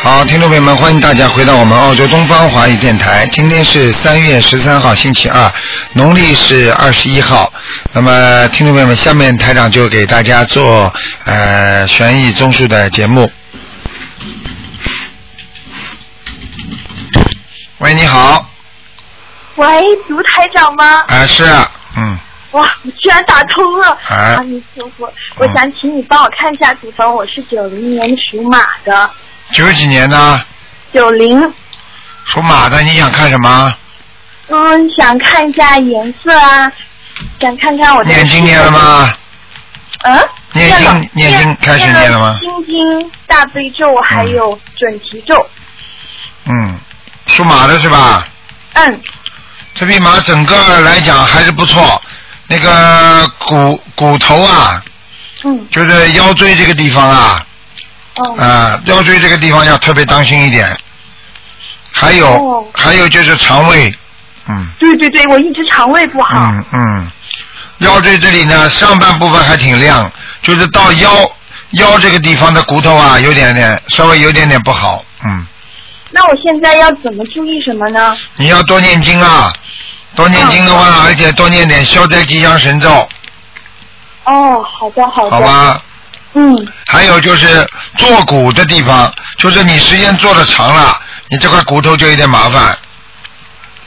朋友们，欢迎大家回到我们澳洲东方华语电台。今天是三月十三号，星期二，农历是二十一号。那么，听众朋友们，下面台长就给大家做呃悬疑综述的节目。喂，你好，喂，卢台长吗？啊是啊，嗯，哇，你居然打通了！哎嗯阿弥陀佛，我想请你帮我看一下祖坟，我是九零年属马的，九几年呢，九零，属马的，你想看什么？嗯，想看一下颜色啊，想看看我的。念经念了？吗？嗯，念经了念经开始念了吗心经、大悲咒还有准提咒。嗯，属马的是吧？嗯，这匹马整个来讲还是不错，那个骨骨头啊，嗯，就是腰椎这个地方啊，哦，啊、腰椎这个地方要特别当心一点。还有、哦还有就是肠胃，嗯对对对，我一直肠胃不好。嗯嗯，腰椎这里呢上半部分还挺亮，就是到腰腰这个地方的骨头啊，有点点稍微有点点不好，嗯，那我现在要怎么注意什么呢？你要多念经啊，多念经的话，而且多念点消灾吉祥神咒，哦，好的好的。好吧？嗯，还有就是坐骨的地方，就是你时间坐的长了，你这块骨头就有点麻烦。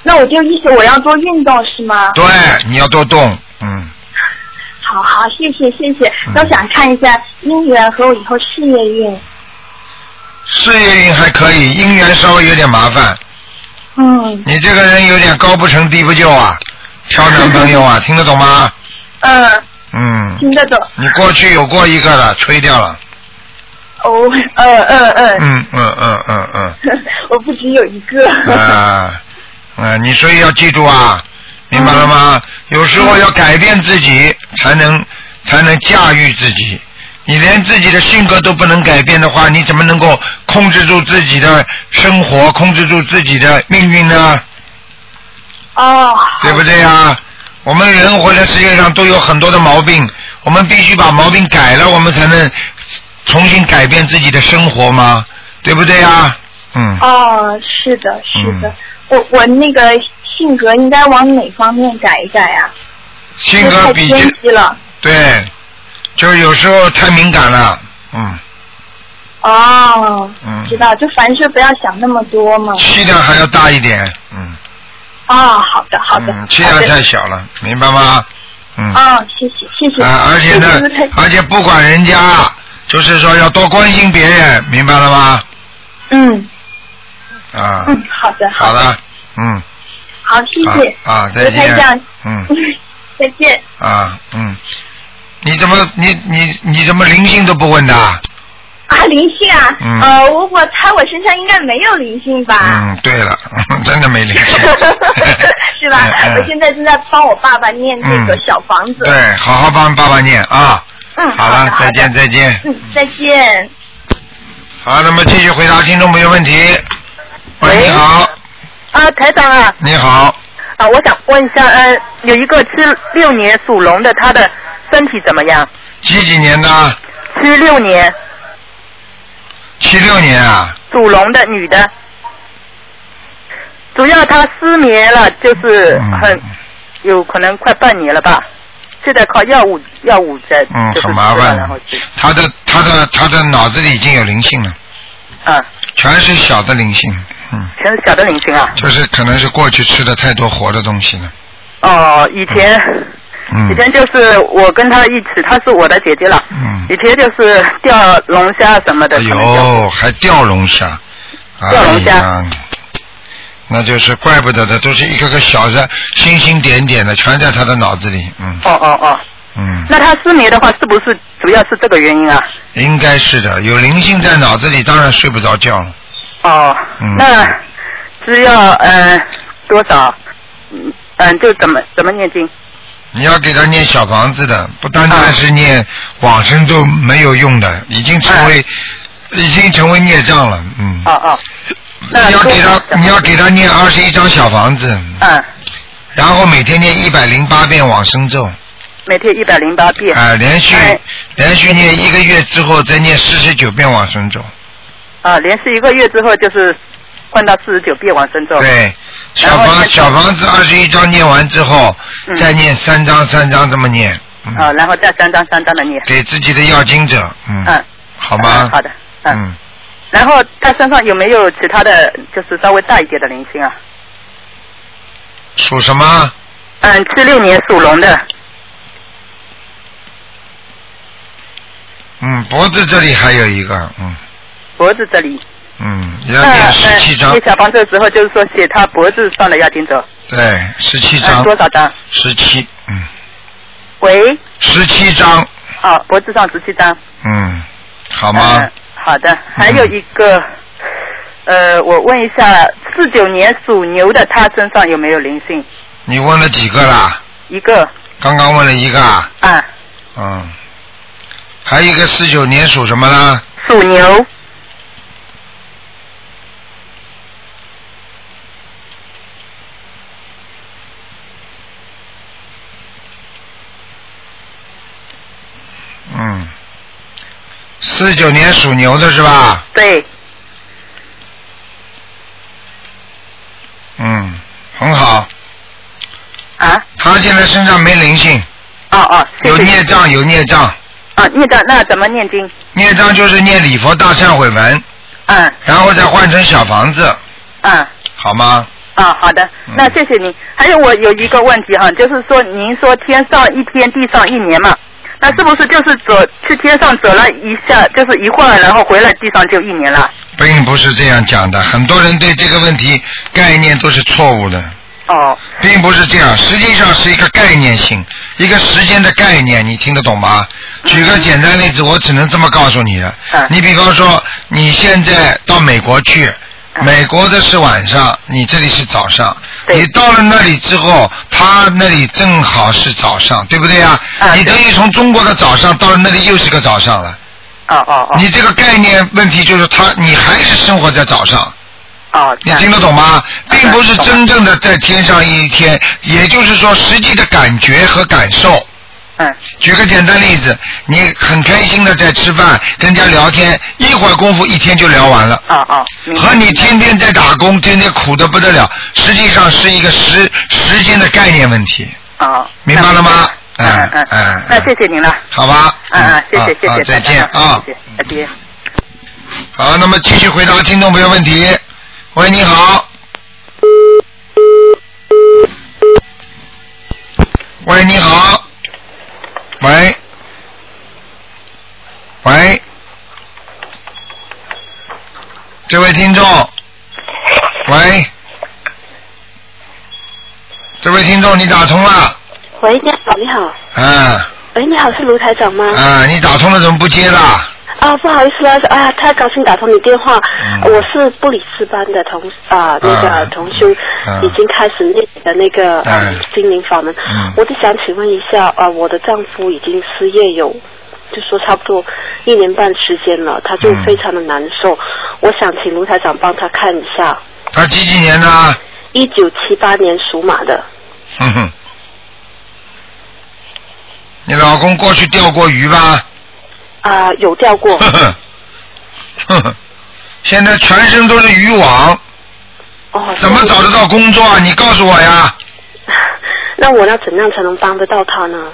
那我就意思我要多运动是吗？对，你要多动，嗯，好好，谢谢谢谢嗯，都想看一下姻缘和我以后事业运。事业运还可以，姻缘稍微有点麻烦。嗯你这个人有点高不成低不就啊，挑男朋友啊，听得懂吗？嗯，嗯，听得懂。你过去有过一个了，吹掉了。哦，嗯嗯嗯嗯嗯嗯嗯，啊、嗯， 我不只有一个。 啊、你所以要记住啊，明白了吗？有时候要改变自己，才能才能驾驭自己。你连自己的性格都不能改变的话，你怎么能够控制住自己的生活，控制住自己的命运呢？哦，对不对呀？我们人活在世界上都有很多的毛病，我们必须把毛病改了，我们才能重新改变自己的生活嘛，对不对呀？嗯，哦，是的，是的，嗯我我那个性格应该往哪方面改一改啊？性因为格太比较偏激了。对，就是有时候太敏感了，嗯，哦，嗯知道，就凡事不要想那么多嘛。气量还要大一点，嗯，哦，好的，好的，嗯，气量好的太小了，明白吗？嗯，啊，哦，谢谢谢谢。而且谢谢呢啊卢台，而且不管人家，就是说要多关心别人，明白了吗？嗯啊，嗯，好的好了，嗯，好，谢啊谢。啊，卢再台长见，嗯， 再见。啊，嗯，你怎么你你你怎么灵性都不问的啊？啊，灵性啊，嗯呃，我我猜我身上应该没有灵性吧，嗯，对了， 真的没灵性， 是吧？ 嗯嗯我现在正在帮我爸爸念这个嗯小房子。对，好好帮爸爸念啊。嗯， 好的了，再。见好的再见。嗯，再见。好，那么继续回答听众朋友问题。喂，喂你好，啊，台长啊，你好，啊，我想问一下，呃，有一个七六年属龙的，他的身体怎么样？几几年的？七六年七六年啊，属龙的女的，主要她失眠了，就是很、嗯有可能快半年了吧。现在靠药物药物在，嗯，就是很麻吃了烦然后就，他的他的他的脑子里已经有灵性了，啊，全是小的灵性，嗯，全是小的灵性啊。就是可能是过去吃的太多活的东西了，哦，以前、嗯以前就是我跟她一起，她是我的姐姐了。嗯，以前就是钓龙虾什么的，哎可能就呦，还钓龙虾，钓哎龙虾呀，那就是怪不得的，都是一个个小的星星点点的，全在他的脑子里，嗯哦哦哦，嗯。那他失眠的话，是不是主要是这个原因啊？应该是的，有灵性在脑子里，当然睡不着觉了。哦，嗯那只要嗯、呃、多少，嗯嗯就怎么怎么念经？你要给他念小房子的，不单单是念往生咒没有用的，已经成哎为、已经成为孽障了。嗯，哦哦，那你要给多少他你要给他念二十一张小房子，嗯，然后每天念一百零八遍往生咒，啊、每天一百零八遍。连续、哎连续念一个月之后再念四十九遍往生咒，啊，连续一个月之后就是换到四十九遍往生咒。对，小然后房现在小房子二十一章念完之后，嗯再念三章三章这么念，啊，嗯，然后再三张三张的念。给自己的要经者，嗯，嗯，好吗嗯？好的，嗯。嗯，然后他身上有没有其他的就是稍微大一点的灵性啊？属什么？嗯，七六年属龙的，嗯，脖子这里还有一个，嗯脖子这里。嗯，那要念十七嗯，章写，小房子的时候就是说写他脖子上的要经者，对，十七嗯，章，多少张？十七，嗯，喂，十七章，啊，脖子上十七张。嗯，好好吗？嗯、好的，还有一个，呃，我问一下，四九年属牛的他身上有没有灵性？你问了几个啦？一个刚刚问了一个啊，啊，嗯，还有一个四九年属什么啦？属牛，嗯，四九年属牛的是吧？对，嗯，很好，啊，他现在身上没灵性，哦哦，谢有谢孽障，有孽障，啊，念的那怎么念经？孽障就是念礼佛大忏悔文，嗯然后再换成小房子，嗯。好吗？啊，好的嗯，那谢谢您。还有我有一个问题哈，就是说您说天上一天，地上一年嘛，那是不是就是走去天上走了一下，就是一会儿，然后回来地上就一年了？并不是这样讲的，很多人对这个问题概念都是错误的，哦，并不是这样，实际上是一个概念性，一个时间的概念，你听得懂吗？举个简单例子，我只能这么告诉你了。嗯你比方说，你现在到美国去，嗯美国的是晚上，你这里是早上。对你到了那里之后，他那里正好是早上，对不对呀、嗯你等于从中国的早上到了那里又是个早上了。哦哦哦，你这个概念问题就是他，你还是生活在早上。哦，你听得懂吗？嗯并不是真正的在天上一天，也就是说实际的感觉和感受。嗯举个简单例子，你很开心的在吃饭，跟人家聊天，一会儿功夫一天就聊完了。哦哦，明白和你天天在打工，天天苦的不得了，实际上是一个时时间的概念问题，哦，明白了吗？那明白了嗯哎嗯哎，那谢谢您了，好吧？嗯嗯，谢谢谢好谢，再见拜拜啊！谢谢，再见。好，那么继续回答听众朋友问题。喂，你好。喂，你好。喂。喂。这位听众。喂。这位听众，你打通了？喂，你好，你好，啊喂，你好，是卢台长吗？啊，你打通了怎么不接啦？啊，不好意思啊，啊，太高兴打通你电话，嗯我是布里斯班的同啊那啊个同修，啊已经开始练的那个哎嗯心灵法门，嗯我只想请问一下啊，我的丈夫已经失业有。就说差不多一年半时间了，他就嗯非常的难受。我想请卢台长帮他看一下，他几几年的？一九七八年属马的，哼嗯哼，你老公过去钓过鱼吧？啊、有钓过，哼哼，哼哼， 现在全身都是渔网，哦，怎么找得到工作啊？你告诉我呀！那我要怎样才能帮得到他呢？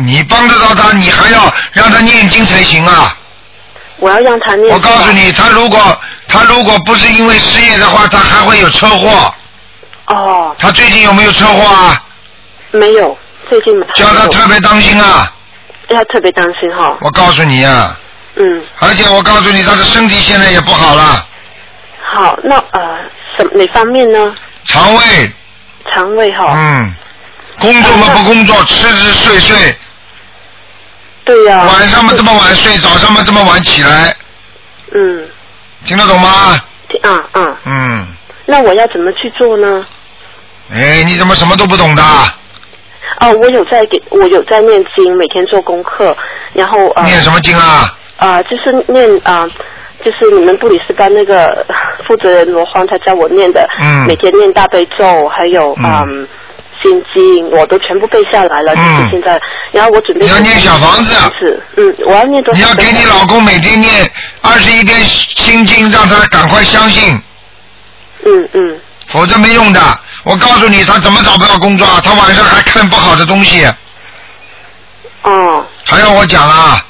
你帮得到他，你还要让他念经才行啊！我要让他念。我告诉。你，他如果他如果不是因为失业的话，他还会有车祸。哦，他最近有没有车祸啊？没有，最近没有。叫他特别当心啊！要特别担心哈。我告诉你啊，嗯，而且我告诉你，他的身体现在也不好了，好，那呃，什哪方面呢？肠胃肠胃哈。嗯，工作嘛不工作，吃吃睡睡，对呀、晚上嘛这么晚睡，早上嘛这么晚起来，嗯，听得懂吗？啊啊，嗯，那我要怎么去做呢？哎，你怎么什么都不懂的？哦，我有在给，我有在念经，每天做功课，然后呃念什么经啊？呃，就是念啊、呃就是你们布里斯班那个负责人罗欢他教我念的，嗯每天念大悲咒，还有嗯嗯心经，我都全部背下来了，就是嗯现在。然后我准备你要念小房子是，嗯，我要念多你少要张？给你老公每天念二十一遍心经，让他赶快相信，嗯嗯，否则没用的。我告诉你，他怎么找不到工作，啊他晚上还看不好的东西，哦，还要我讲啊？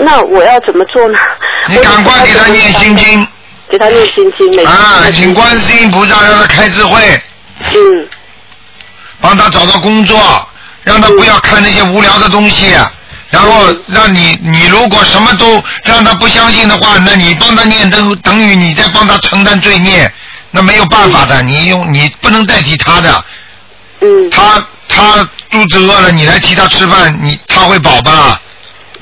那我要怎么做呢？你赶快给他念心经给他念心经，每天啊，念心请经观世音菩萨让他开智慧，嗯帮他找到工作，让他不要看那些无聊的东西。然后让你，你如果什么都让他不相信的话，那你帮他念等等于你在帮他承担罪孽，那没有办法的，你用你不能代替他的，嗯他他肚子饿了，你来替他吃饭，你他会饱吧？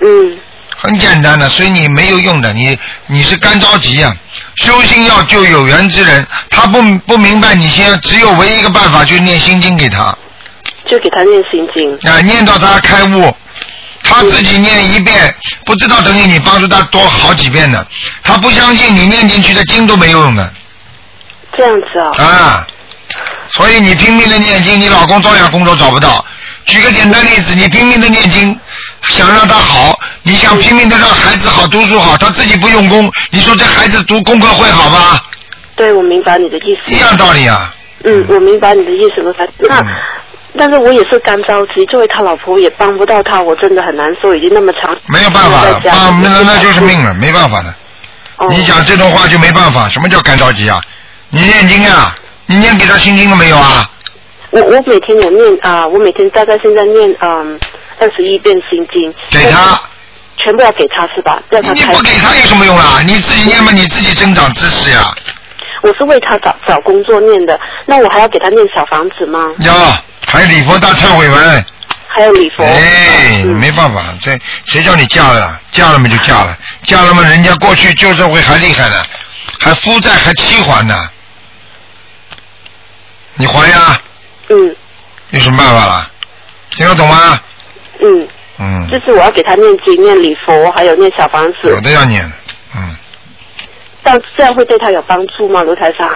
嗯很简单的，所以你没有用的，你你是干着急呀、修心要救有缘之人，他不不明白，你现在只有唯一一个办法，就是念心经给他啊、就给他念心经。念到他开悟。他自己念一遍，不知道等于你帮助他多好几遍呢。他不相信你念进去的经都没有用的这样子啊，啊。所以你拼命的念经，你老公照样工作找不到。举个简单例子，你拼命的念经，想让他好，你想拼命的让孩子好读书好，他自己不用功，你说这孩子读功课会好吗？对，我明白你的意思。一样道理啊。嗯，我明白你的意思，罗台。那、嗯但是我也是干着急，作为他老婆我也帮不到他，我真的很难受，已经那么长时间没有办法在了，家啊，那那那就是命了。了，没办法的。哦、你讲这种话就没办法，什么叫干着急啊？你念经啊？你念给他心经了没有啊？我我每天有念啊、我每天大概现在念嗯二十一遍心经，给他，全部要给他是吧？让他你开不。给他有什么用啊？你自己念嘛，你自己增长知识呀、我是为他找找工作念的，那我还要给他念小房子吗？要还礼佛大忏悔文。还有礼佛。哎，嗯没办法，这谁叫你嫁了？嫁了嘛就嫁了，嫁了嘛人家过去旧社会还厉害呢，还夫债还妻还呢，你还呀？嗯有什么办法啦？听得懂吗？嗯，嗯就，是我要给他念经、念礼佛，还有念小房子。有的要念，嗯，这样这样会对他有帮助吗，卢台长？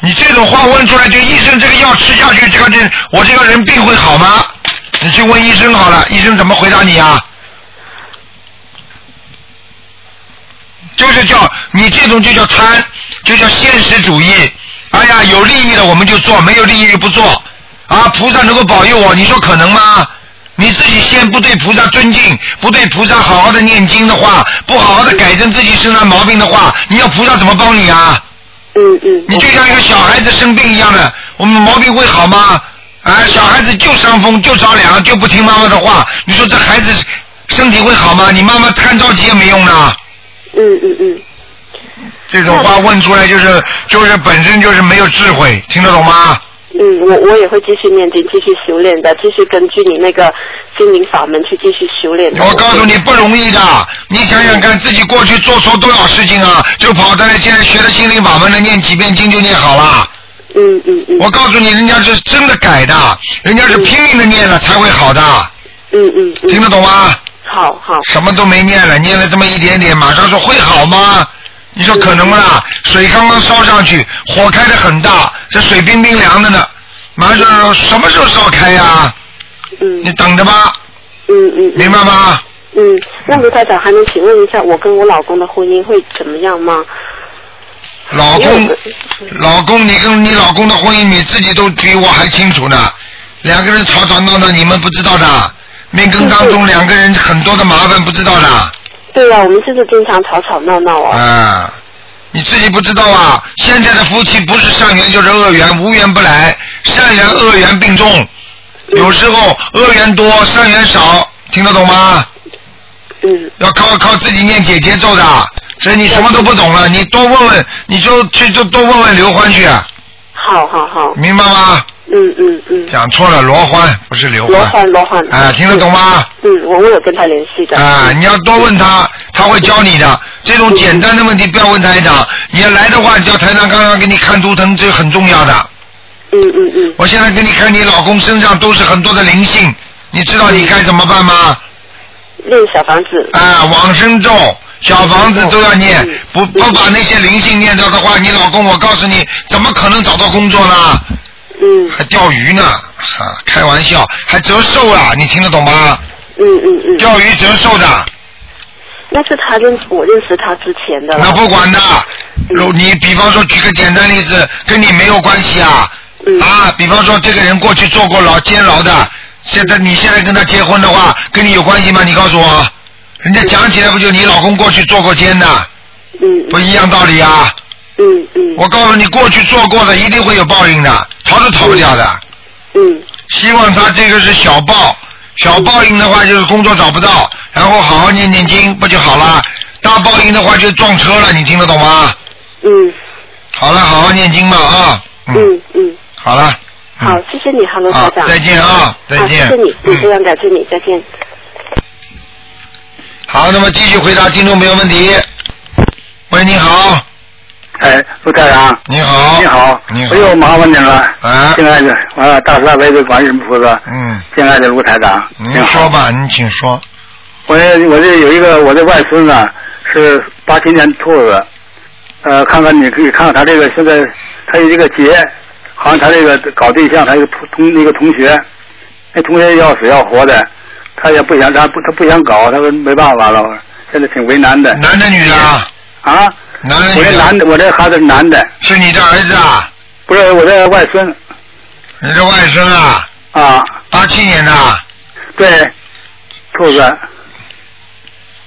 你这种话问出来，就医生这个药吃下去，这个这我这个人病会好吗？你去问医生好了，医生怎么回答你啊？就是叫你这种就叫贪，就叫现实主义。哎呀，有利益的我们就做，没有利益就不做。啊，菩萨能够保佑我，你说可能吗？你自己先不对菩萨尊敬，不对菩萨好好的念经的话，不好好的改正自己身上毛病的话，你要菩萨怎么帮你啊？嗯嗯。你就像一个小孩子生病一样的，我们毛病会好吗？啊，小孩子就伤风，就着凉，就不听妈妈的话，你说这孩子身体会好吗？你妈妈看着急也没用的。嗯嗯嗯，这种话问出来就是就是本身就是没有智慧，听得懂吗？嗯，我我也会继续念经，继续修炼的，继续根据你那个心灵法门去继续修炼的。我告诉你不容易的，你想想看自己过去做错多少事情啊，就跑到现在学了心灵法门了，念几遍经就念好了。嗯嗯嗯，我告诉你，人家是真的改的，人家是拼命的念了才会好的，嗯嗯嗯，听得懂吗？好好，什么都没念了，念了这么一点点，马上说会好吗？你说可能吗？水刚刚烧上去，火开的很大，这水冰冰凉的呢。马上说什么时候烧开呀、嗯你等着吧，嗯嗯明白吗？嗯。那卢台长还能请问一下，我跟我老公的婚姻会怎么样吗？老因为公，老公，你跟你老公的婚姻你自己都比我还清楚呢。两个人吵吵闹闹，你们不知道的。命根当中两个人很多的麻烦不知道的。对呀、我们就是经常吵吵闹闹哦。啊，你自己不知道啊！现在的夫妻不是善缘就是恶缘，无缘不来，善缘恶缘并重，有时候恶缘多，善缘少，听得懂吗？嗯要靠靠自己念姐姐咒的，所以你什么都不懂了，你多问问，你就去就多问问刘欢去，啊好好好，明白吗？嗯嗯嗯，讲错了，罗欢不是刘罗欢。焕罗焕。啊，听得懂吗？嗯，我我有跟他联系的。啊，你要多问他，他会教你的。这种简单的问题不要问台长，你要来的话，叫台长刚刚给你看图腾，这很重要的。嗯嗯嗯，我现在给你看你老公身上都是很多的灵性，你知道你该怎么办吗？练小房子。啊，往生咒、小房嗯子都要念，不不把那些灵性念掉的话，你老公我告诉你，怎么可能找到工作呢？嗯还钓鱼呢，哈、开玩笑，还折寿啊，你听得懂吗？嗯嗯嗯，钓鱼折寿的，那是他认我认识他之前的了那。不管的。嗯如你比方说举个简单例子，跟你没有关系啊，嗯啊，比方说这个人过去坐过牢监牢的，现在你现在跟他结婚的话，跟你有关系吗？你告诉我，人家讲起来不就你老公过去坐过监的，嗯不一样道理啊。嗯嗯我告诉你，过去做过的一定会有报应的，逃都逃不掉的。嗯希望他这个是小报，小报应的话就是工作找不到，然后好好念念经不就好了？大报应的话就撞车了，你听得懂吗？嗯好了，好好念经吧啊。嗯，嗯嗯，好了。嗯好，谢谢你，哈罗台好长。，再见啊，再见。好谢谢你，嗯你非常感谢你，再见。好，那么继续回答听众朋友问题。喂，你好，哎，陆太长，你好，你好，你好哎，呦，麻烦您了，啊亲爱的，啊，大慈大悲的观世音菩萨，嗯，亲爱的卢台长，您您好说，吧，您请说，我我这有一个我的外孙呢，是八七年兔子，呃，看看你可以看看他这个现在他有一个结，好像他这个搞对象，他一个同同一个同学，那同学要死要活的，他也不想他不他不想搞，他说没办法了，现在挺为难的男的女的啊？啊。男的我女这男的，我这孩子是男的，是你的儿子啊？不是我这外孙你这外孙啊？啊，八七年的啊？对，兔子，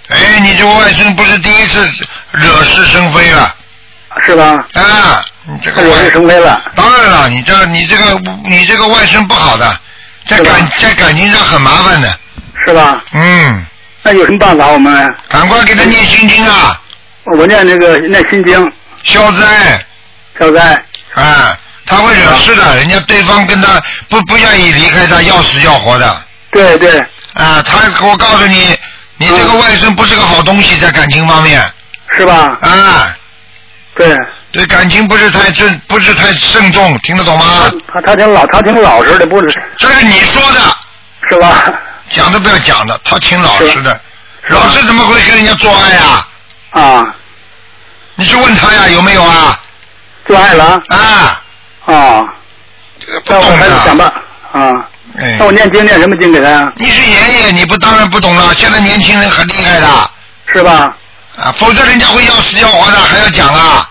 哎，你这个外孙不是第一次惹是生非了是吧？啊？你这个我是外生非了，当然了，你这你这个你这个外孙不好的，在是吧感在感情上很麻烦的。是吧？嗯，那有什么办法？我们赶快给他念心经啊，我念那个念心经，消灾消灾，啊，他会惹事的，人家对方跟他不不愿意离开他，要死要活的对对，啊。他我告诉你，你这个外孙不是个好东西，在感情方面是吧？啊。对，对感情不是太正，不是太慎重，听得懂吗？他他挺老，他挺老实的，不是这是你说的，是吧？讲都不要讲的，他挺老实的，是吧老实怎么会跟人家做爱呀、啊，你去问他呀，有没有啊？做爱了啊啊，啊，这个不那我懂还得想的。办啊。哎那，我念经念什么经给他呀？你是爷爷，你不当然不懂了。现在年轻人很厉害的是吧？啊，否则人家会要死要活的，还要讲啊？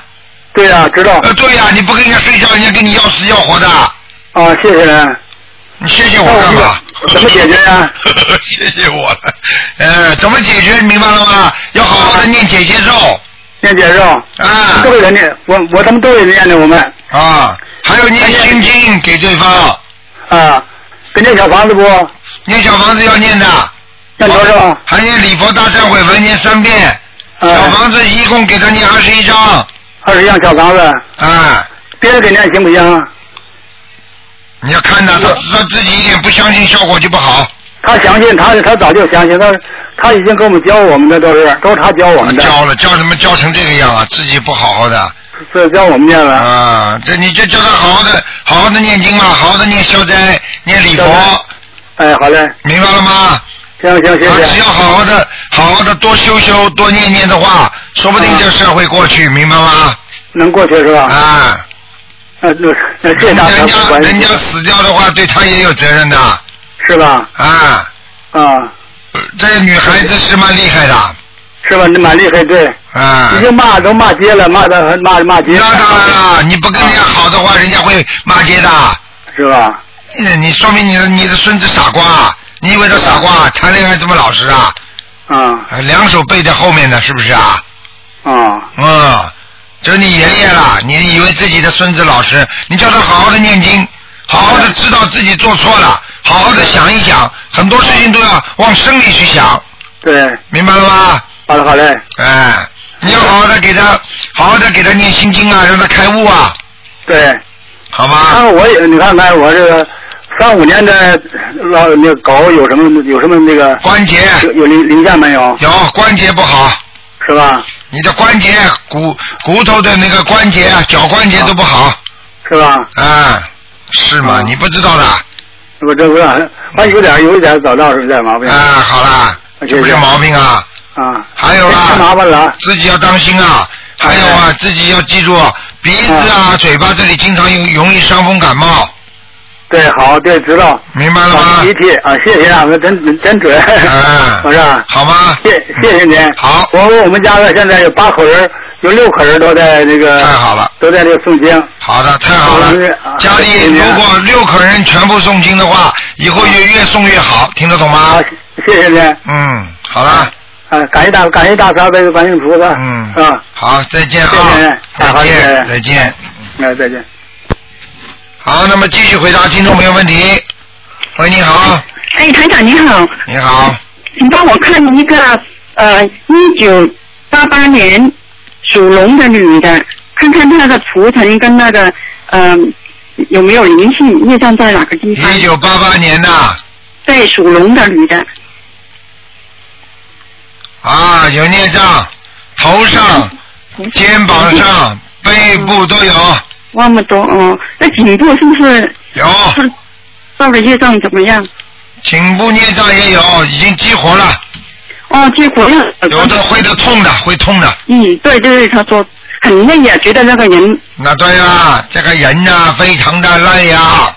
对呀、知道呃，对呀、你不跟人家睡觉，人家跟你要死要活的。啊，谢谢人。你谢谢我干嘛？哦怎么解决呀 谢谢我了。呃，怎么解决？明白了吗？要好好的念姐姐咒念解咒，啊都给人念，我我他们都给念的，我们啊，还有念心经给对方，啊，给念小房子不？念小房子要念的，念多少？还念礼佛大忏悔文念三遍，小啊，房子一共给他念二十一张二十样小房子，啊。别人给念行不行？你要看他，他嗯他自己一点不相信，效果就不好。他相信，他他早就相信，他他已经跟我们教我们的都是都是他教我们的，啊教了教什么教成这个样啊？自己不好好的是教我们念了。啊！这你就叫他好好的好好的念经嘛，好好的念消灾，念礼消佛灾，哎，好嘞，明白了吗？啊行行，谢他只谢。要好好的、好好的多修修、多念念的话，说不定啊这事儿会过去，明白吗？能过去是吧？啊，那那那谢谢人大家家关人心家，死掉的话，对他也有责任的是吧？啊。啊，呃这女孩子是蛮厉害的是吧？你蛮厉害，对，啊已。经骂都骂街了，骂的骂骂街那了，当然了，你不跟人家好的话，人家会骂街的。是吧？你嗯你说明你的你的孙子傻瓜，啊你以为他傻瓜啊谈恋爱这么老实啊？啊呃两手背在后面的是不是啊？啊，嗯，这是你爷爷啦，你以为自己的孙子老实，你叫他好好的念经，好好的知道自己做错了，好好的想一想，很多事情都要往深里去想，对，明白了吗？好嘞好嘞，哎，你要好好的给他，好好的给他念心经啊，让他开悟啊，对。好看吗？看我也，你看看我这个三五年的老那个狗有什么有什么那个关节有有零零件没有？有关节不好，是吧？你的关节骨骨头的那个关节啊，脚关节都不好是吧？啊，是吗？啊你不知道的我这不是，啊，有点有一点早道是有点毛病啊，好啦，谢谢这不是毛病啊，啊，还有太麻啦，烦了哎啊自己要当心啊，哎还有啊，自己要记住鼻子啊、嘴巴这里经常有容易伤风感冒对，好，对，知道。明白了吗集？体啊，谢谢啊，真真准，啊 我说，好吗？谢谢谢您。好，我我们家的现在有八口人，有六口人都在这个，嗯太好了，都在这个诵经。啊好的，太好好谢谢了啊。家谢里谢您啊如果六口人全部诵经的话，以后就越送越好，听得懂啊吗？，谢谢您，嗯，好了，啊，感谢大感谢大慈悲观世音菩萨，嗯啊，好，再见啊谢谢您，再好谢谢见，您再见。那哎再见。好，那么继续回答听众朋友问题。喂，你嗯好，哎，台长你好，你好，请帮我看一个呃，一九八八年属龙的女的，看看她的图腾跟那个嗯、有没有灵性，业障在哪个地方？一九八八年的对，属龙的女的，啊，有孽障，头上、嗯肩膀上、背部都有，那么多哦，那颈部是不是有是造的业障怎么样？颈部孽障也有，已经激活了，哦，结果要有的会的痛的，会痛的。嗯，对对对，他说很累呀、觉得那个人那对啦，这个人呐、非常的累呀、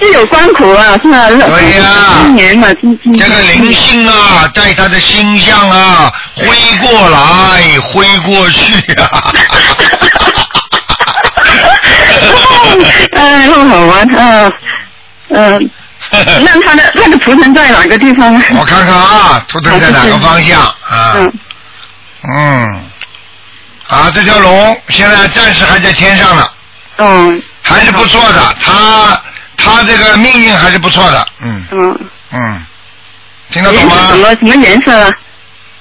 是有关苦啊，是吧？对呀今年嘛，今今这个灵性啊，在他的心上啊，挥过来，挥过去 啊。 哎，那好玩啊，嗯、 那他的他的图腾在哪个地方啊？我看看啊，图腾在哪个方向啊？嗯，嗯，啊，这条龙现在暂时还在天上呢， 哦，还是不错的，它它这个命运还是不错的，嗯嗯，嗯，听得颜懂色什么吗？什么颜色啊？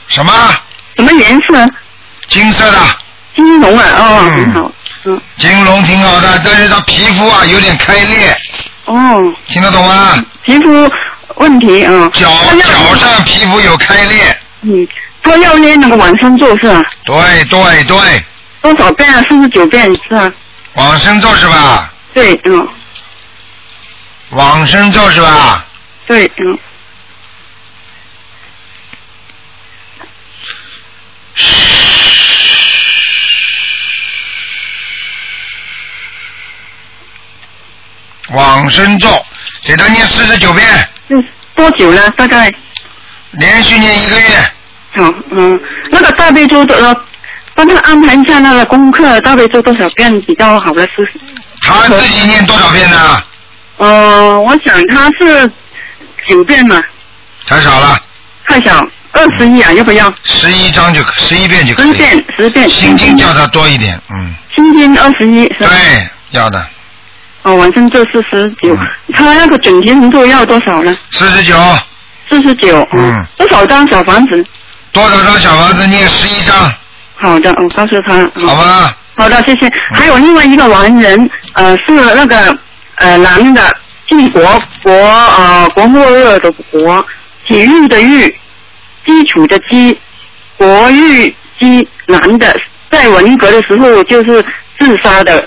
什么？什么颜色？金色的金龙啊，哦，嗯很好，嗯，金龙挺好的，但是它皮肤啊有点开裂，哦，听得懂吗？皮肤问题啊，嗯脚他要脚上皮肤有开裂，嗯，他要练那个往生咒是吧？对对对，啊多少遍啊？四十九遍是吧？往生咒是吧？对，嗯，往生咒是吧？对，嗯，往生咒，给他念四十九遍，是多久了？大概？连续念一个月。好，嗯，那个大悲咒的，呃帮他安排一下那个功课，大悲咒多少遍比较好的是？他自己念多少遍呢？呃，我想他是九遍嘛，太少了，太小，二十一啊，要不要？十一章就十一遍就可十以。遍，十遍。心经叫他多一点，嗯，心经二十一是吧？对，要的哦，晚上咒四十九嗯，他那个准提神咒要多少呢？四十九。四十九。哦嗯。多少张小房子？多少张小房子念十一张，好的，我告诉他。嗯好吧？嗯好的，谢谢。还有另外一个亡人，呃，是那个呃男的，晋国国呃国末日的国，体育的育，基础的基，国育基，男的，在文革的时候就是自杀的，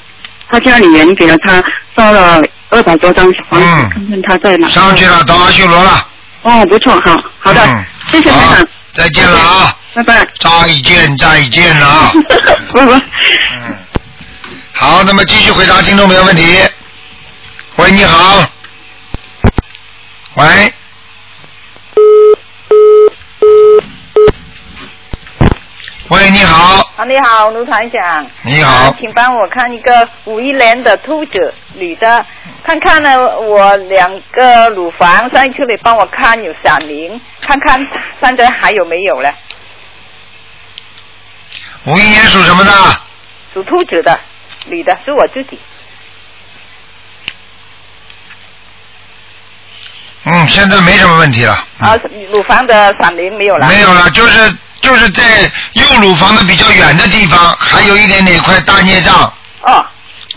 他家里人给了他烧了二百多张小房子，嗯看看他在哪。上去了，到阿修罗了。哦，不错，好好的，嗯谢谢台好长，再见了啊！拜 拜。再见，再见了 啊！拜拜。嗯，好，那么继续回答听众朋友问题。喂，你好。喂。喂，你好，啊，你好，卢团长。你好啊，请帮我看一个五一年的兔子女的，看看呢，我两个乳房上一次你帮我看有闪灵，看看现在还有没有了？五一年属什么的？属兔子的女的是我自己，嗯，现在没什么问题了。嗯啊，乳房的闪灵没有了。没有了，就是就是在右乳房的比较远的地方，还有一点点一块大孽障。哦，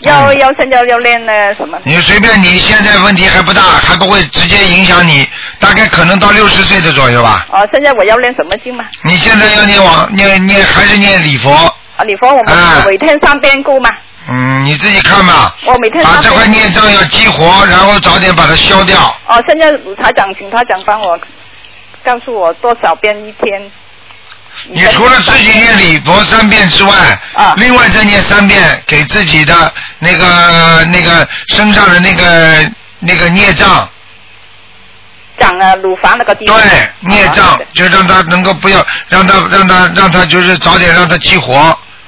要嗯要现在要练呢什么？你随便，你现在问题还不大，还不会直接影响你，大概可能到六十岁的左右吧。哦，现在我要练什么经嘛？你现在要念往念念还是念礼佛？啊，你说我们啊每天三遍够吗？嗯，你自己看吧，我每天把三啊这遍。块孽障要激活，然后早点把它消掉。哦，现在台长，请台长帮我告诉我多少遍一天你除了自己念礼佛三遍之外，啊另外再念三遍给自己的那个那个身上的那个那个孽障，长啊乳房那个地对方。孽好障啊的，就让他能够不要让他让他让他就是早点让他激活，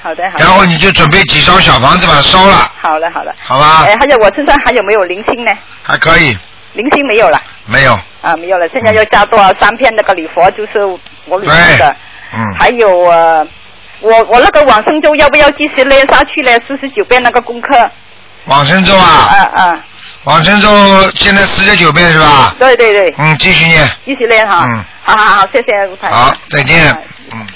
好的，好的。然后你就准备几张小房子把它烧了，好了，好了。好吧哎，？还有我身上还有没有灵性呢？还可以，灵性没有了没有，啊，没有了。嗯现在要加多少三片那个礼佛，就是我女儿对的。，嗯，还有呃，我我那个往生咒要不要继续练下去呢？四十九遍那个功课。往生咒啊啊，啊，往生咒现在四十九遍是吧？对对对，嗯，继续念。继续练哈。嗯。好好好，谢谢吴台长。好，再见啊。嗯。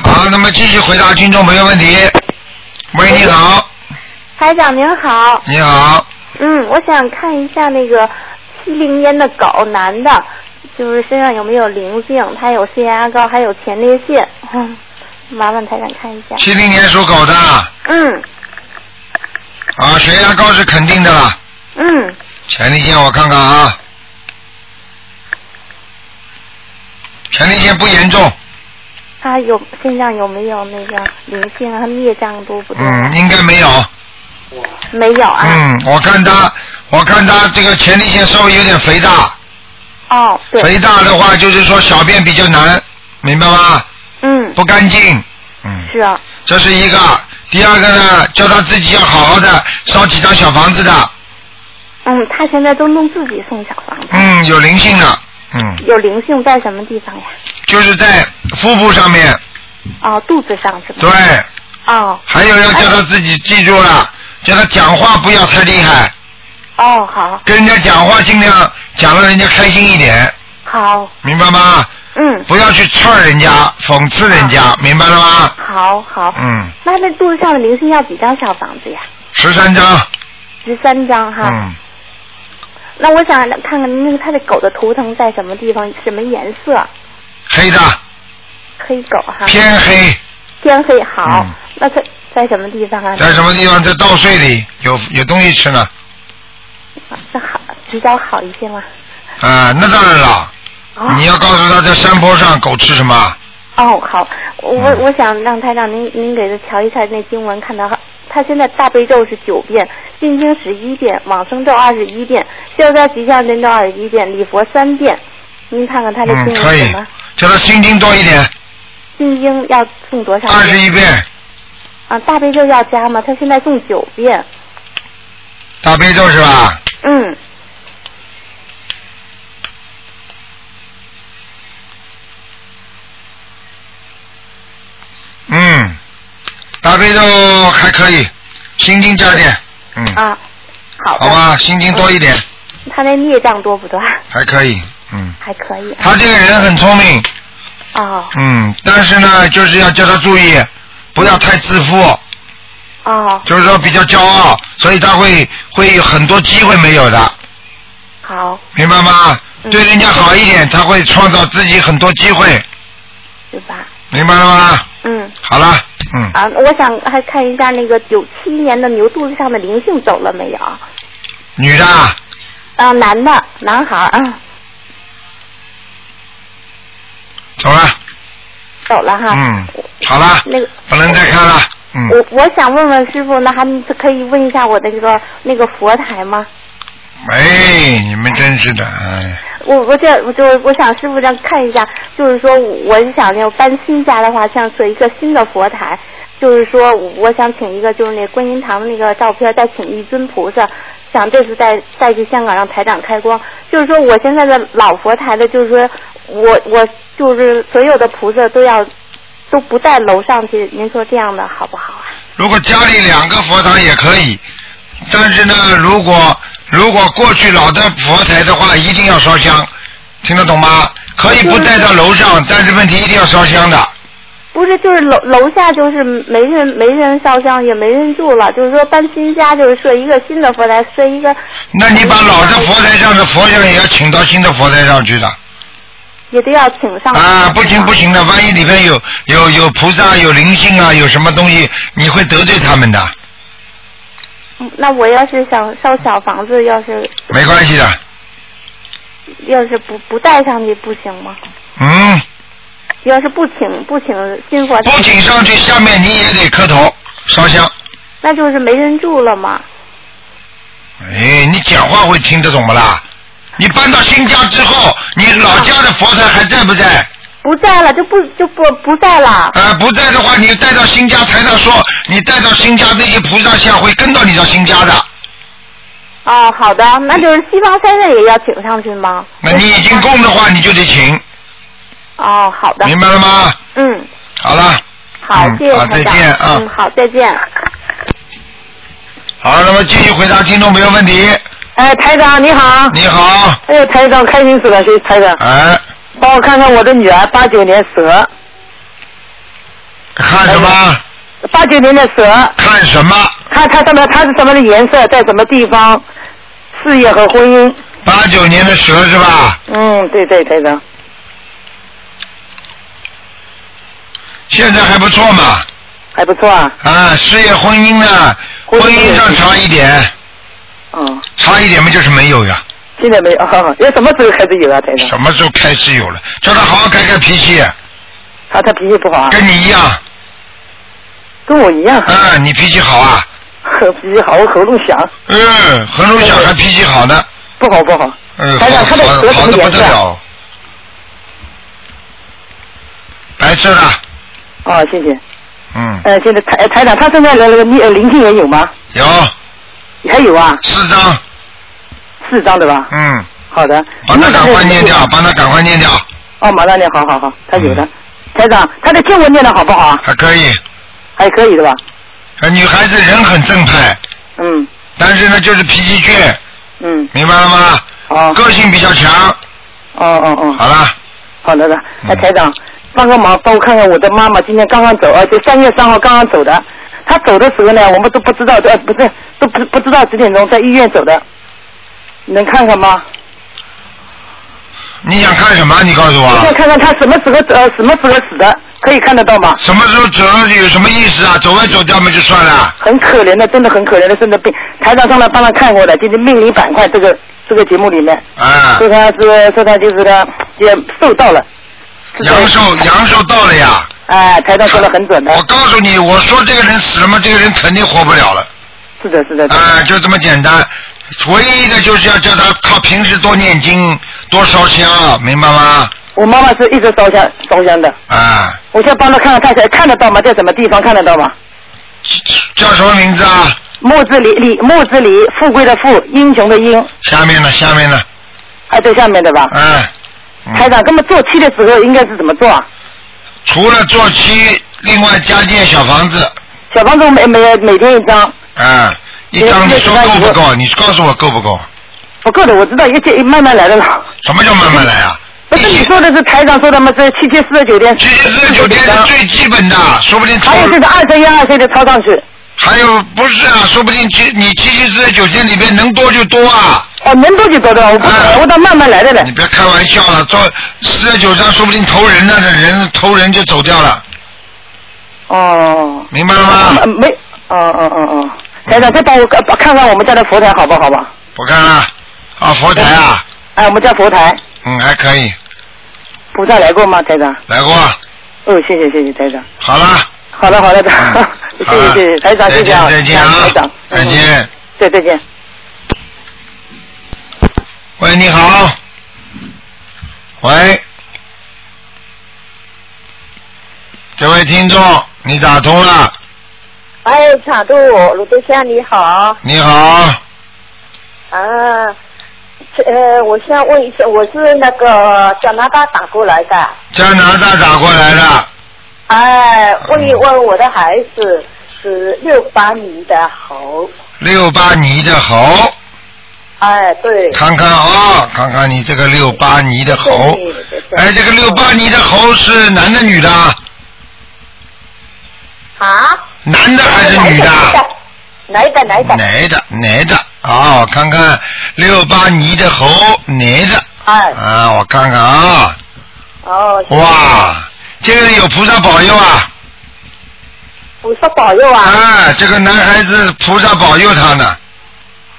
好，那么继续回答听众朋友问题。喂，你好，台长您好，你好，嗯，我想看一下那个七零年的狗男的，就是身上有没有灵性，他有血压高，还有前列腺， 嗯麻烦台长看一下。七零年属狗的啊，嗯血压高是肯定的了。嗯，前列腺我看看啊，前列腺不严重，他有身上有没有那个灵性啊？他孽障多不多？嗯，应该没有，没有啊。嗯，我看他，我看他这个前列腺稍微有点肥大，哦，对，肥大的话就是说小便比较难，明白吗？嗯，不干净，嗯，是啊，这是一个。第二个呢，叫他自己要好好的烧几张小房子的，嗯，他现在都弄自己送小房子，嗯，有灵性的，嗯，有灵性在什么地方呀？就是在腹部上面，哦，肚子上是吗？对，哦还有要叫他自己记住了，叫他讲话不要太厉害，哦，好，跟人家讲话尽量讲让人家开心一点，好，明白吗？嗯，不要去刺人家、讽刺人家，明白了吗？好好。嗯，那那肚子上的灵性要几张小房子呀？十三张，十三张哈。嗯，那我想看看那个它的狗的图腾在什么地方，什么颜色？黑的，黑狗哈，偏黑，天黑好。嗯那它在什么地方啊？在什么地方？在稻穗里，有有东西吃呢。这好比较好一些吗？啊，那当然了，哦你要告诉他在山坡上狗吃什么，哦好，我、嗯我想让他让您您给他瞧一下那经文，看到他现在大悲咒是九遍，心经十一遍，往生咒二十一遍，消灾吉祥神咒二十一遍，礼佛三遍。您看看他的嗯经，文可什以么？，叫他心经多一点，心经要诵多少遍？二十一遍，啊，大悲咒要加吗？他现在诵九遍。大悲咒是吧？嗯，嗯，大悲咒还可以，心经加一点，嗯，啊，好的。好吧，心经多一点他那孽障多不多？还可以，嗯，还可以啊。他这个人很聪明，哦嗯，但是呢，就是要叫他注意，不要太自负，哦，就是说比较骄傲，所以他会会有很多机会没有的，好，明白吗？嗯对人家好一点，他会创造自己很多机会，是吧？明白了吗？嗯。好了，嗯，啊，我想还看一下那个九七年的牛肚子上的灵性走了没有？女的啊，啊，男的，男孩儿啊，走了，走了哈。嗯，好了，那个，不能再看了，嗯，我我想问问师傅，那还可以问一下我的这个那个佛台吗？哎，你们真是的，哎，我我这我就我想师傅让看一下，就是说我是想要搬新家的话，想做一个新的佛台，就是说我想请一个就是那观音堂的那个照片，再请一尊菩萨，想这次带带去香港让台长开光。就是说我现在的老佛台的，就是说我我就是所有的菩萨都要都不带楼上去，您说这样的好不好啊？如果家里两个佛堂也可以，但是呢，如果如果过去老的佛台的话，一定要烧香，听得懂吗？可以不带到楼上，但是问题一定要烧香的。不是，就是楼楼下就是没人没人烧香，也没人住了。就是说搬新家，就是设一个新的佛台，设一个那你把老的佛台上的佛像也要请到新的佛台上去的也都要请上啊！不行不行的，万一里面有有有菩萨、有灵性啊，有什么东西，你会得罪他们的。嗯那我要是想烧小房子，要是没关系的，要是不不带上去不行吗？嗯，要是不请不请新佛台，不请上去，下面你也得磕头烧香。那就是没人住了嘛。哎，你讲话会听得懂不啦？你搬到新家之后，你老家的佛台还在不在？不在了，就不就不不在了。啊、不在的话，你带到新家，台上说你带到新家，那些菩萨像会跟到你到新家的。哦，好的，那就是西方三圣也要请上去吗？那你已经供的话，你就得请，哦，好的。明白了吗？嗯，好了，好，嗯谢谢好台长再见啊嗯，好，再见。好，那么继续回答听众朋友问题。哎，台长你好。你好，哎呦，台长开心死了，谢谢台长。哎，帮我看看我的女儿，八九年蛇，看什么？八九年的蛇，看什么？看她什么，她是什么的颜色，在什么地方，事业和婚姻。八九年的蛇是吧？嗯，对对，台长。现在还不错嘛，还不错啊。啊，事业婚姻呢，婚婚姻姻上差一点，嗯，差一点嘛就是没有呀。现在没有，哦要什么时候开始有啊，台长？什么时候开始有了？叫他好好改改脾气，她她脾气不好啊，跟你一样，跟我一样，啊，你脾气好啊，脾气好，我喉咙响，嗯，很多小孩脾气好呢，不好不好。嗯，好台长好他的舌好什的么不颜得色啊了，白色的，哦，谢谢。嗯，呃，现在台台长，他身上的那个灵呃灵性也有吗？有还有啊，四张，四张对吧？嗯，好的。帮他那赶个快念掉，帮他赶快念掉，哦，马上念，好好好，他有的嗯。台长，他的经文念的好不好啊？还可以。还可以的吧？呃女孩子人很正派，嗯但是呢就是脾气倔，嗯，明白了吗？哦个性比较强。哦哦哦，好了，好的的。哎，嗯台长，帮个忙，帮我看看我的妈妈今天刚刚走，而且三月三号刚刚走的。她走的时候呢，我们都不知道，呃，不是，都不不知道几点钟在医院走的，你能看看吗？你想看什么？你告诉我想我，看看她什么时候呃什么时候死的，可以看得到吗？什么时候走有什么意思啊？走完走掉嘛就算了。很可怜的，真的很可怜的，真的病。台长上来帮他看过的，就是命理板块这个这个节目里面，啊，说他是说他就是他也受到了。是阳的寿阳寿到了呀。哎，台长说的很准的，我告诉你，我说这个人死了嘛，这个人肯定活不了了。是的，是的，啊、就这么简单。唯一的就是要叫他靠平时多念经，多烧香，明白吗？我妈妈是一直烧香烧香的，啊，我现在帮她看看，看看得到吗？在什么地方看得到吗？叫什么名字啊？木字李李木字李，富贵的富，英雄的英，下面呢，下面呢，哎，最下面的吧。哎、台嗯，长，那么做七的时候应该是怎么做啊？除了做七，另外加建小房子，小房子每每每天一张，啊、一张你说够不够？你告诉我够不够？不够的，我知道，一件慢慢来的了。什么叫慢慢来啊？不是你说的是台长说的吗？这七七四十九天，啊七七四十九天是最基本的，说不定超还有就是二十一、二十的抄上去。还有不是啊？说不定七你七七四十九天里边能多就多啊！哦，能多就多多，我不哎管，我倒慢慢来的你嘞。别开玩笑了，做四十九张说不定投人了，这人投人就走掉了，嗯哦。明白了呃吗？没，哦哦哦哦。台长，再帮我呃看看我们家的佛台好不好吧？我看了，啊佛台啊，哎，我们家佛台，嗯还可以，菩萨来过吗？台长？来过，哦，谢谢谢谢台长。好了，好的好的，嗯 谢好了谢谢谢台长，再谢谢见啊，再见啊台长，，再。嗯见。对，再见。喂，你好，喂，这位听众，你打通了，哎，长度，鲁德香你好你好，啊，这呃，我想问一下，我是那个加拿大打过来的，加拿大打过来的，哎，嗯问一问我的孩子是六八年的猴，六八尼的猴。哎，对，看看啊，看看你这个六八尼的猴对对，对哎，这个六八尼的猴是男的女的啊？啊，男的还是女的？哪一个？哪一个？哪男一个？的，男的。啊，看看六八尼的猴，男的。哎，啊，我看看啊，哦，哇，这个有菩萨保佑啊！菩萨保佑啊！啊，这个男孩子菩萨保佑他呢。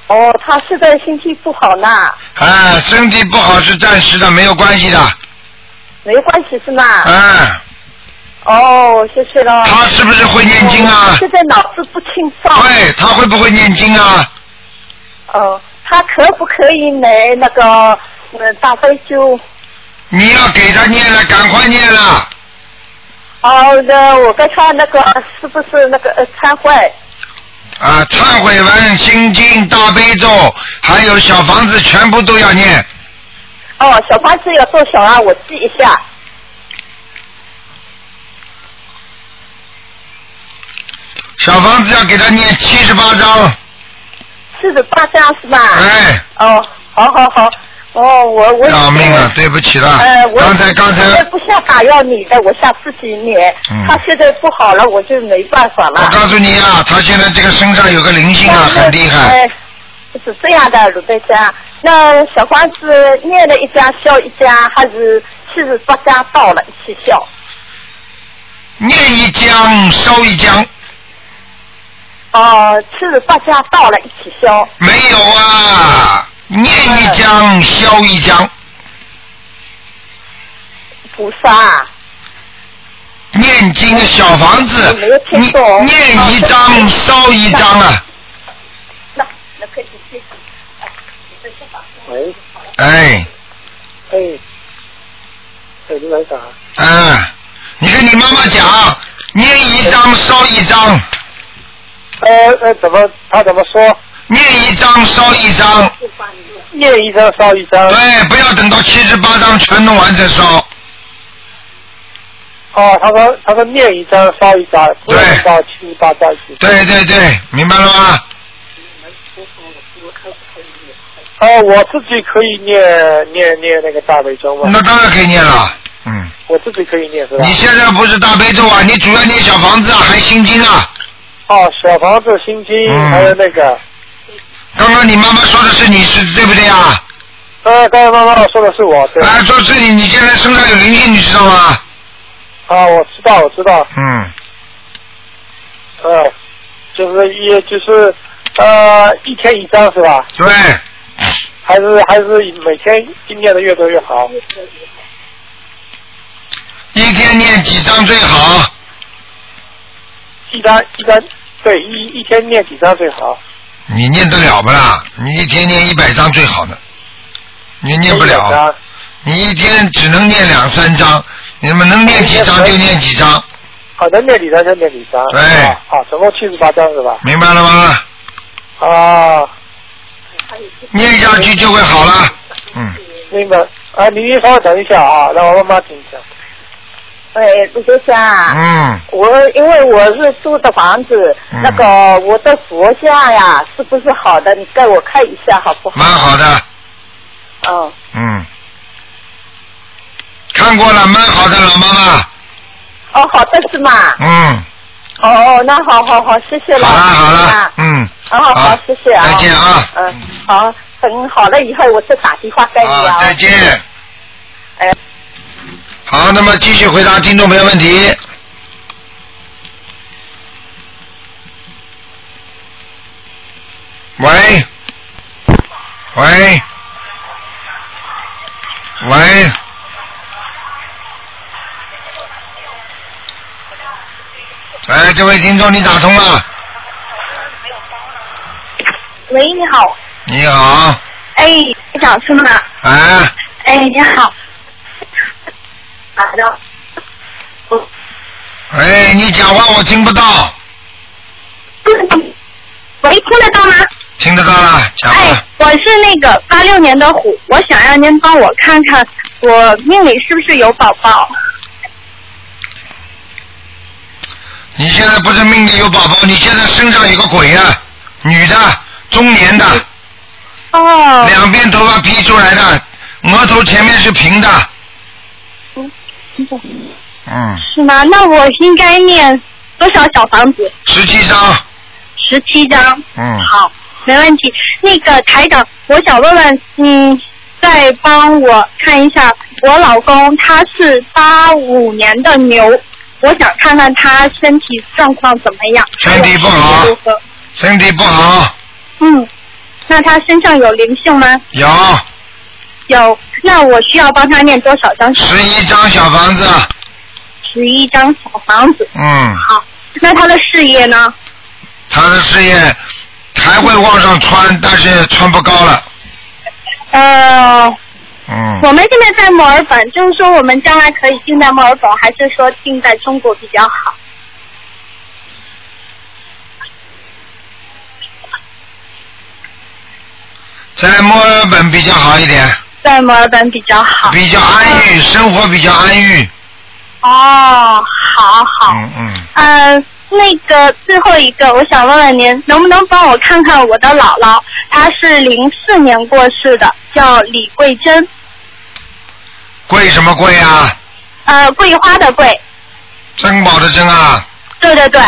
哦，他现在心情不好呢，啊，身体不好是暂时的，没有关系的。没关系是吗？啊，哦，谢谢了。他是不是会念经哦啊现在脑子不清爽。对他会不会念经啊？哦，他可不可以买那个嗯大悲咒？你要给他念了，赶快念了。哦，那我跟他那个是不是那个呃忏悔？啊，忏悔文、心经、大悲咒，还有小房子，全部都要念。哦，小房子要多少啊？我记一下。小房子要给他念七十八章。四十八张是吧？哎。哦，好好好。哦，我我。要命了，对不起了。呃，我刚才刚才我不想打扰你的，我想自己念。嗯他现在不好了，我就没办法了。我告诉你啊，他现在这个身上有个灵性啊，很厉害。哎是这样的，鲁队长，那小房子念了一家消一家，还是七十八家到了一起消？念一江烧一江，哦，七十八家到了一起消。没有啊，念一呃江消一江，菩萨，念经小房子，你念一张烧一张啊。那那可以谢谢。啊喂，哎，哎，哎，卢台长，嗯，你跟你妈妈讲，念一张烧一张，呃呃，怎么他怎么说？念一张烧一张，念一张烧一张。对，不要等到七十八张全弄完再烧。哦，他说他说念一张烧一张，不要烧七十八张一起。对对对，明白了吗？哦，我自己可以念念念那个大悲咒吗？那当然可以念了。嗯，我自己可以念是吧？你现在不是大悲咒啊，你主要念小房子啊，还心经啊。哦，小房子、心经，嗯还有那个，刚刚你妈妈说的是你是对不对啊？呃，刚才妈妈说的是我，对。啊，说是你，你现在身上有灵性，你知道吗？啊，我知道，我知道，嗯，呃，就是一就是呃一天一张是吧？对，还是还是每天念的越多越好？一天念几张最好？一张一张，对，一一天念几张最好？你念得了不啦？你一天念一百张最好的，你念不一百了张，你一天只能念两三张，你们能念几哎张就念几张，好的，念几张就念几张。对是吧好，总共七十八张是吧？明白了吗？啊，念下去就会好了。嗯那个啊，你稍微等一下啊，让我妈妈听一下。喂，鲁队长，嗯，啊我因为我是租的房子，嗯那个我的佛像呀，是不是好的？你给我看一下好不好？蛮好的，哦，嗯，看过了，蛮好的，老妈妈，哦，好的是吗？嗯，哦，那好好好，谢谢了。好了好啊了，嗯，好好好，谢谢啊。再见啊。嗯，好，等好了以后我再打电话给你啊，再见。哎。好，那么继续回答听众朋友问题。喂，喂，喂，哎，这位听众你打通了，喂，你好，你好，哎，长是吗？哎，啊哎，你好，好的，哎，你讲话我听不到，喂，听得到吗？哎听得到了，讲吧。哎我是那个八六年的虎，我想让您帮我看看我命里是不是有宝宝。你现在不是命里有宝宝，你现在身上有个鬼啊，女的，中年的。哦。两边头发披出来的，额头前面是平的。嗯，是吗？那我应该念多少小房子？十七张。十七张。嗯。好，没问题。那个台长，我想问问，嗯，再帮我看一下，我老公他是八五年的牛，我想看看他身体状况怎么样。身体不好，身体不好，嗯，那他身上有灵性吗？有有，那我需要帮他念多少张小？十一张小房子，十一张小房子。嗯，好，那他的事业呢？他的事业还会往上穿，但是穿不高了。呃，嗯，我们现在在墨尔本，就是说我们将来可以定在墨尔本，还是说定在中国比较好？在墨尔本比较好一点，在墨尔本比较好。比较安逸，生活比较安逸。哦，好好。嗯嗯，嗯，那个最后一个，我想问问您，能不能帮我看看我的姥姥？她是零四年过世的，叫李桂珍，贵什么贵啊？呃，桂花的桂，珍宝的珍啊，对对对，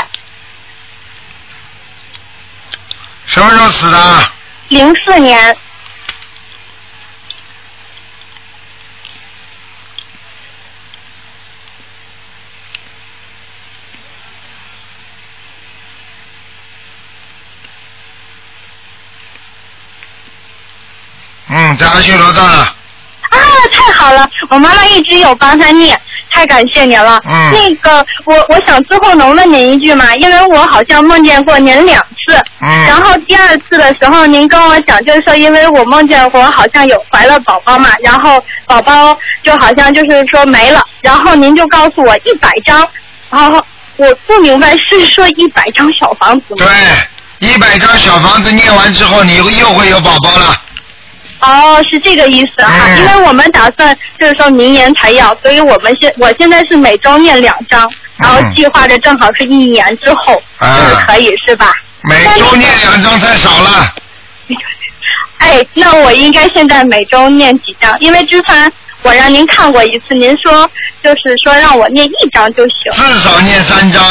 什么时候死的？零四年，嗯，在阿修罗道了。啊，太好了！我妈妈一直有帮她念，太感谢您了。嗯那个，我我想最后能问您一句吗？因为我好像梦见过您两次。嗯然后第二次的时候，您跟我讲，就是说，因为我梦见我好像有怀了宝宝嘛，然后宝宝就好像就是说没了，然后您就告诉我一百张，然后我不明白是说一百张小房子吗？对，一百张小房子念完之后，你又会有宝宝了。哦，是这个意思哈、因为我们打算就是说明年才要，所以我们现我现在是每周念两张，然后计划着正好是一年之后、就是啊，可以是吧？每周念两张太少了。哎，那我应该现在每周念几张？因为之前我让您看过一次，您说就是说让我念一张就行。至少念三张。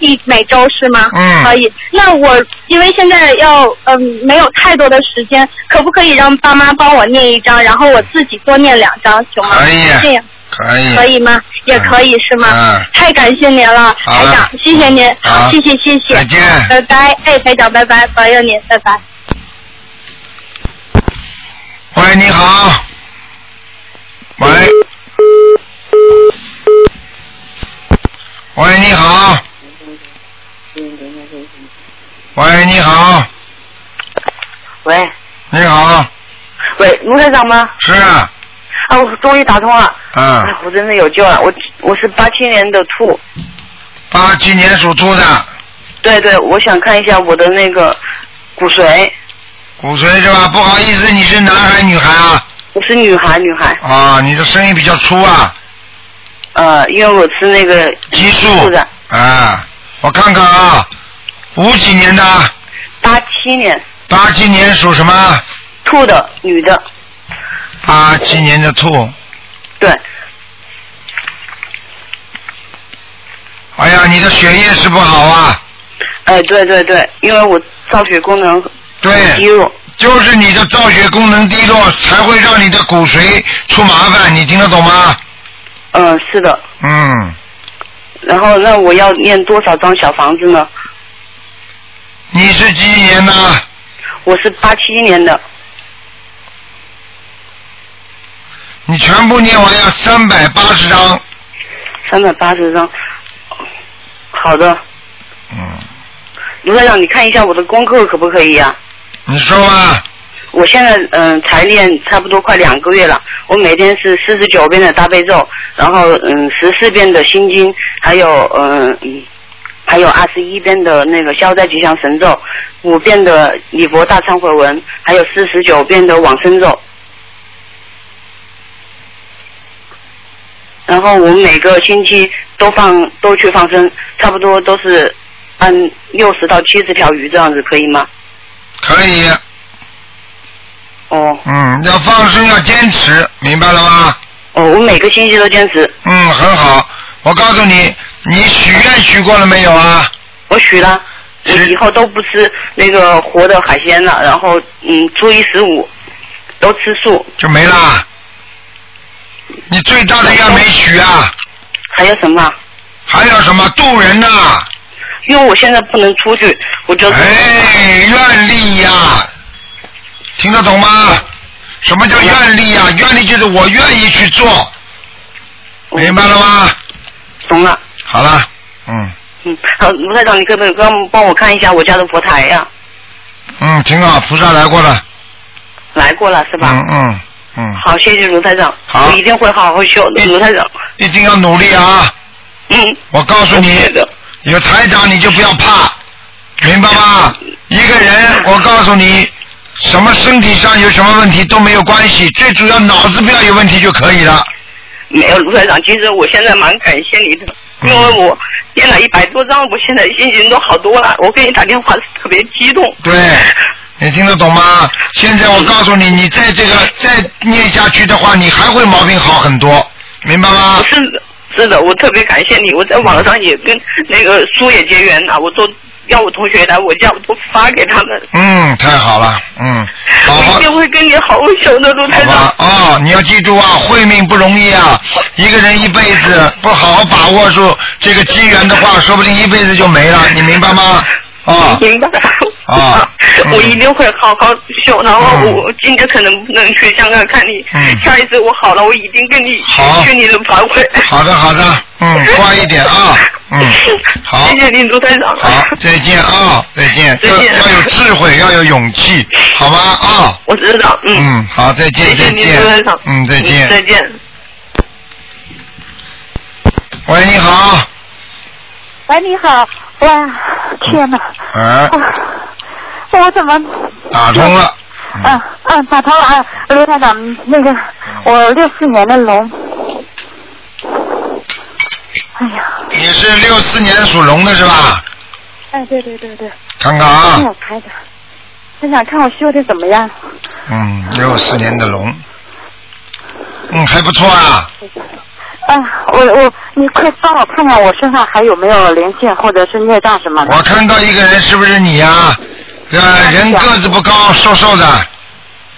一每周是吗？嗯可以。那我因为现在要嗯、没有太多的时间，可不可以让爸妈帮我念一张，然后我自己多念两张，行吗？可以这样可以。可以吗？也可以是吗？嗯太感谢您了，好台了长，谢谢您，好谢谢谢谢，再见拜拜，哎，台长，拜拜，保佑您，拜拜。喂，你好。喂。喂，你好。喂，你好，喂你好，喂，卢台长吗？是啊，啊，我终于打通了，嗯，哎，我真的有救了。我我是八七年的兔，八七年属兔的，对对，我想看一下我的那个骨髓，骨髓是吧？不好意思，你是男孩女孩啊？我是女孩女孩，啊，你的声音比较粗啊，呃，因为我吃那个激素的，啊，我看看啊，五几年的？八七年八七年属什么？兔的女的，八七年的兔。对。哎呀，你的血液是不好啊！哎，对对对，因为我造血功能对，低落，就是你的造血功能低落，才会让你的骨髓出麻烦，你听得懂吗？嗯、是的，嗯，然后那我要念多少张小房子呢？你是几几年的？我是八七年的，你全部念完要三百八十张。三百八十张。好的。嗯。卢台长，你看一下我的功课可不可以呀、你说吧，我现在嗯、才练差不多快两个月了，我每天是四十九遍的大悲咒，然后嗯十四遍的心经，还有嗯嗯还有二十一遍的那个消灾吉祥神咒，五遍的礼佛大忏悔文，还有四十九遍的往生咒。然后我每个星期都放都去放生，差不多都是按六十到七十条鱼这样子，可以吗？可以。哦。嗯，要放生，要坚持，明白了吗？哦，我每个星期都坚持。嗯，很好。我告诉你，你许愿许过了没有啊？我许了，我以后都不吃那个活的海鲜了，然后嗯，初一十五都吃素。就没啦。你最大的愿没许啊？还有什么？啊还有什么渡人呐、因为我现在不能出去，我就哎哎，愿力呀、听得懂吗？什么叫愿力呀、愿力就是我愿意去做，明白了吗？懂了。好了，嗯嗯，好，卢台长，你可不可以帮帮我看一下我家的佛台呀、嗯，挺好，菩萨来过了，来过了是吧？嗯嗯嗯，好，谢谢卢台长，好我一定会好好修，卢台长。一定要努力啊！嗯，我告诉你，有台长你就不要怕，明白吗？一个人，嗯我告诉你，什么身体上有什么问题都没有关系，最主要脑子不要有问题就可以了。没有卢台长，其实我现在蛮感谢你的，嗯因为我念了一百多章，我现在心情都好多了。我给你打电话是特别激动。对，你听得懂吗？现嗯在我告诉你，你在这个再念下去的话，你还会毛病好很多，明白吗？是的是的，我特别感谢你，我在网上也跟那个书也结缘了，我都要我同学来我家，我都发给他们。嗯，太好了，嗯，我一定会跟你好好修的，卢台长。哦，你要记住啊，慧命不容易啊，一个人一辈子不好好把握住这个机缘的 话，说不定一辈子就没了，你明白吗？啊、明白。 啊、我一定会好好修，然后我今天可能不能去香港看你，嗯下一次我好了，我一定跟你去你的法会。好的，好的，嗯，乖一点啊，嗯，好，谢谢你，卢台长。好，再见啊，再见，要要有智慧，要有勇气，好吗？啊，我知道，嗯，嗯，好，再谢见，谢再你，卢台见长，。嗯，再见，再见。喂，你好，喂，你好，哇，天哪，啊哎，我怎么打通了，嗯啊啊打通了啊，刘台长，那个我六四年的龙，哎呀，你是六四年属龙的是吧？哎，对对对对，看看啊真，想开的，真想看我修的怎么样，嗯，六四年的龙，嗯，还不错啊，啊，我我你快帮我看看我身上还有没有灵性或者是孽障什么的，我看到一个人是不是你呀、呃，人个子不高，瘦瘦的，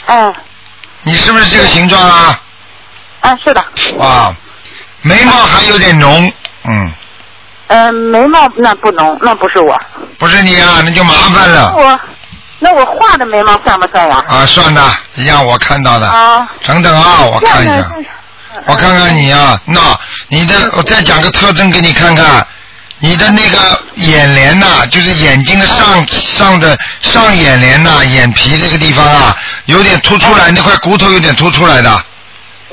嗯你是不是这个形状啊？啊是的，哇，眉毛还有点浓，嗯，嗯眉毛那不浓，那不是我，不是你啊，那就麻烦那了我那我画的眉毛算不算呀？啊，算的，一样我看到的。啊，等等啊，我看一这样下呢，我看看你啊，那你的嗯我再讲个特征给你看看，你的那个眼帘呐、就是眼睛的嗯上上的上眼帘呐、眼皮这个地方啊，有点凸出来，那块骨头有点凸出来的，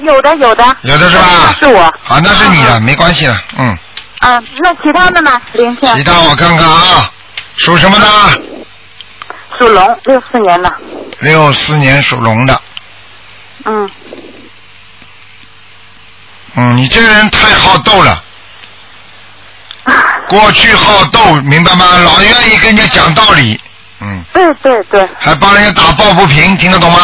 有的有的，有的是吧？是我。好，那是你的，没关系的，嗯。啊，那其他的呢？林倩。其他我看看啊，属什么的？属龙，六四年的。六四年属龙的，嗯，嗯，你这个人太好斗了，过去好斗，明白吗？老愿意跟人家讲道理，嗯对对对，还帮人家打抱不平，听得懂吗？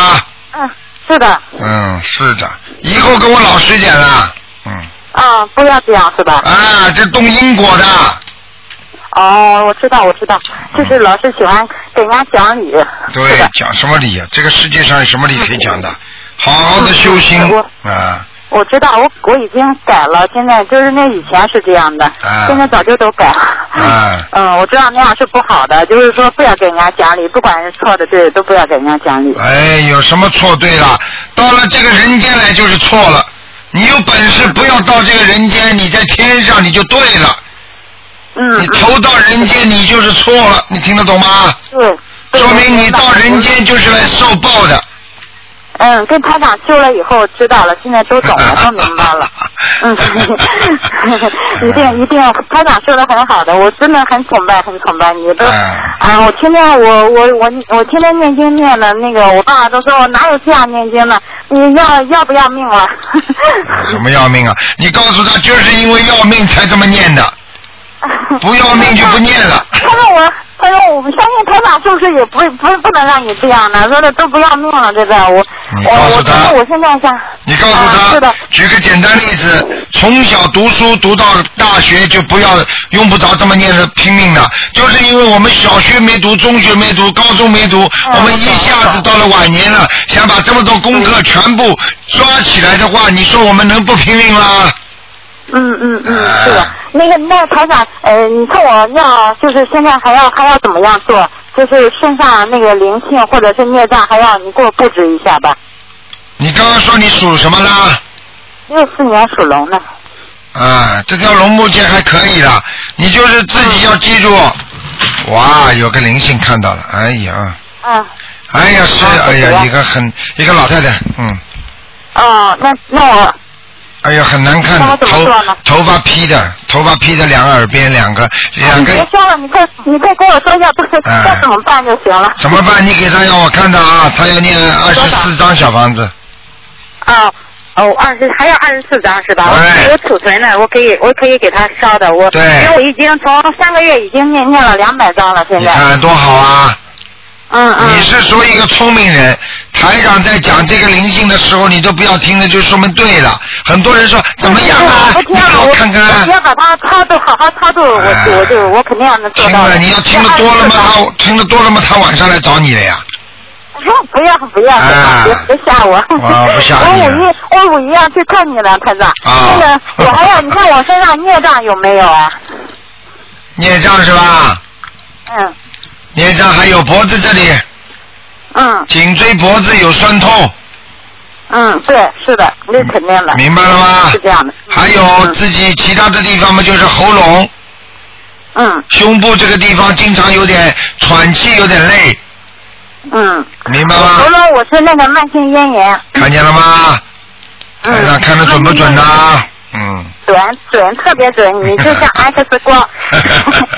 嗯，是的，嗯，是的，以后跟我老实点啦。嗯啊，不要这样是吧？啊，这动因果的。哦，我知道，我知道，就是老是喜欢给人家讲理。嗯对，讲什么理呀、这个世界上有什么理可以讲嗯的？好好的修心啊，我知道，我我已经改了，现在就是那以前是这样的，啊现在早就都改了。啊， 嗯，我知道那样是不好的，就是说不要给人家讲理，不管是错的对的，都不要给人家讲理。哎，有什么错对了？到了这个人间来就是错了。你有本事不要到这个人间，你在天上你就对了。嗯。你投到人间，你就是错了，你听得懂吗？对。说明你到人间就是来受报的。嗯，跟台长修了以后知道了，现在都懂了，都明白了。嗯， 一定一定，台长说的很好的，我真的很崇拜，很崇拜你都。啊，我天天我我我我天天念经念的，那个我爸爸都说我哪有这样念经的，你要要不要命了？ 什么要命啊？你告诉他，就是因为要命才这么念的，不要命就不念了。他说我，他说我们相信台长是不是也不不不能让你这样呢？说的都不要命了，这个我我我觉得我现在想，你告诉啊他，举个简单例子，从小读书读到大学就不要用不着这么念的拼命的，就是因为我们小学没读，中学没读，高中没读，啊我们一下子到了晚年了，想把这么多功课全部抓起来的话，你说我们能不拼命吗？啊嗯嗯嗯，是的。那个那台长，呃，你看我要就是现在还要还要怎么样啊做？就是身上那个灵性或者是孽障，还要你给我布置一下吧。你刚刚说你属什么啦？六四年属龙的。啊，这条龙目前还可以啦，你就是自嗯己要记住。哇，有个灵性看到了，哎呀，嗯。哎呀是，啊哎是呀吧一个很一个老太太，嗯，哦，那那我哎呀很难看那的，我怎么头做呢头发披的，头发披的两个耳边两个两你个哎别说了，你快你快跟我说一下，不是该怎么办就行了。怎么办？你给他让我看看啊，他要念二十四张小房子。啊，哦，二十还要二十四张是吧？我有储存的，我可以我可以给他烧的，我对因为我已经从上个月已经念念了两百张了，现你在。看多好啊！嗯嗯。你是说一个聪明人，台长在讲这个灵性的时候，你都不要听的，就说明对了。很多人说怎么样啊？你给我看看。我只要把它操作，好好操作，我哎我就我啊肯定要能做听到了，的。你要听得多了嘛，他听得多了嘛，他晚上来找你了呀。不要不要，别别吓我！啊不吓你我了五一我五一要去看你了，团长。啊那个，我还要你看我身上孽障有没有啊？孽障是吧？嗯孽障还有脖子这里，嗯颈椎脖子有酸痛，嗯，对，是的，那肯定的。明白了吗是这样嗯的。还有自己其他的地方嘛，就是喉咙。嗯。胸部这个地方经常有点喘气，有点累，嗯。明白除吗？了我是那个慢性咽炎，看见了吗？嗯台长看得准不准嗯呐、嗯。准准特别准，嗯你就 像 X 光。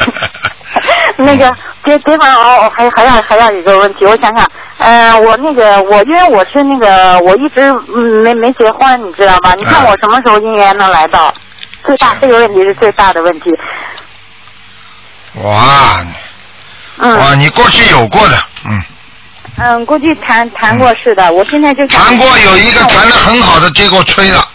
那个，别别管哦，我还还要还要一个问题，我想想，呃，我那个我因为我是那个我一直嗯没没结婚，你知道吧？你嗯看我什么时候姻缘能来到？最大这个问题是最大的问题。哇，嗯哇，你过去有过的，嗯，嗯，估计谈谈过是的，我现在就谈过有一个谈的很好的，结果吹了，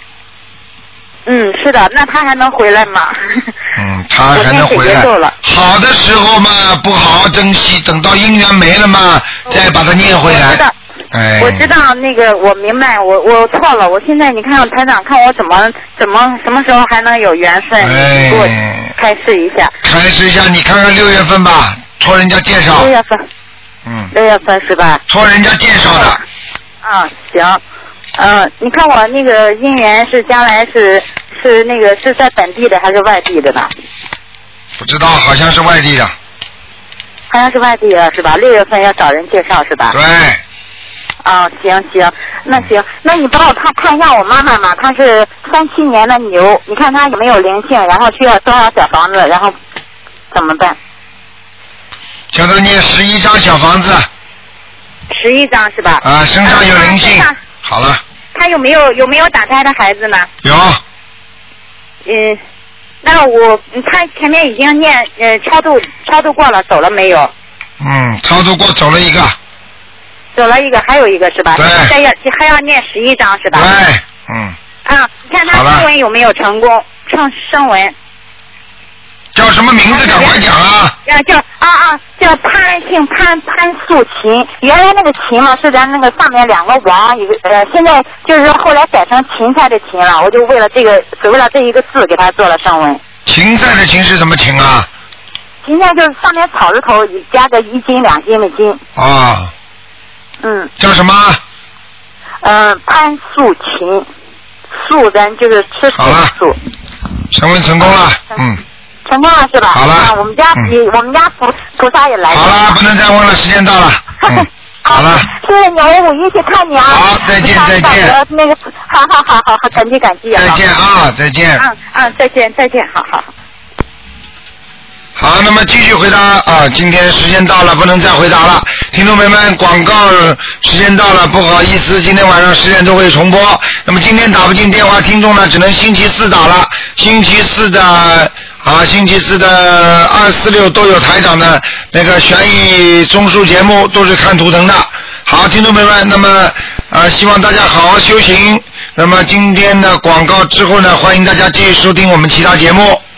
嗯，是的，那他还能回来吗？ 嗯，他还能我回先来接受了。好的时候嘛，不好好珍惜，等到姻缘没了嘛，再把它念回嗯我知来道。哎，我知道那个，我明白，我我错了。我现在你看，台长看我怎么怎么什么时候还能有缘分，你给我哎，开示一下。开始一下，你看看六月份吧，托人家介绍六，月份，嗯，六月份是吧？托人家介绍的，啊，行。嗯、你看我那个姻缘是将来是是那个是在本地的还是外地的呢？不知道好像是外地的，好像是外地的是吧？六月份要找人介绍是吧？对。啊、行行，那行，那你帮我看看一下我妈妈嘛，她是三七年的牛，你看它有没有灵性，然后需要多少小房子，然后怎么办？叫他念十一张小房子十一张是吧？啊，身上有灵性她身嗯上，好了，她有没有有没有打胎的孩子呢？有嗯，那我嗯她前面已经念呃超度超度过了，走了没有？嗯，操作过走了一个，走了一个，还有一个是吧？对再要还要念十一张是吧？对，嗯，啊，你看她好了声纹有没有成功？成声纹。叫什么名字？赶快讲啊！啊，叫啊啊，叫潘姓潘潘素琴，原来那个琴嘛是咱那个上面两个王，一个呃，现在就是后来改成芹菜的芹了，我就为了这个，只为了这一个字给他做了上文。芹菜的芹是什么芹啊？芹菜就是上面草字头加个一斤两斤的斤，啊，嗯叫什么？嗯、呃潘素琴，素咱就是吃素的素，成文成功了，嗯，成功了是吧？好了嗯啊，我们家菩、我们家菩菩萨也来了。好了，不能再问了，时间到 了，嗯，好了，谢谢你，我五一去看你啊。好，再见再见。那个，好好好好好，感激感激啊。再见啊，再见。嗯嗯，再见再见，好好。好，那么继续回答啊，今天时间到了，不能再回答了。听众朋友们，广告时间到了，不好意思，今天晚上十点钟会重播。那么今天打不进电话，听众呢只能星期四打了，星期四的啊，星期四的二四六都有台长的那个悬疑综述节目，都是看图腾的。好，听众朋友们，那么呃，希望大家好好修行。那么今天的广告之后呢，欢迎大家继续收听我们其他节目。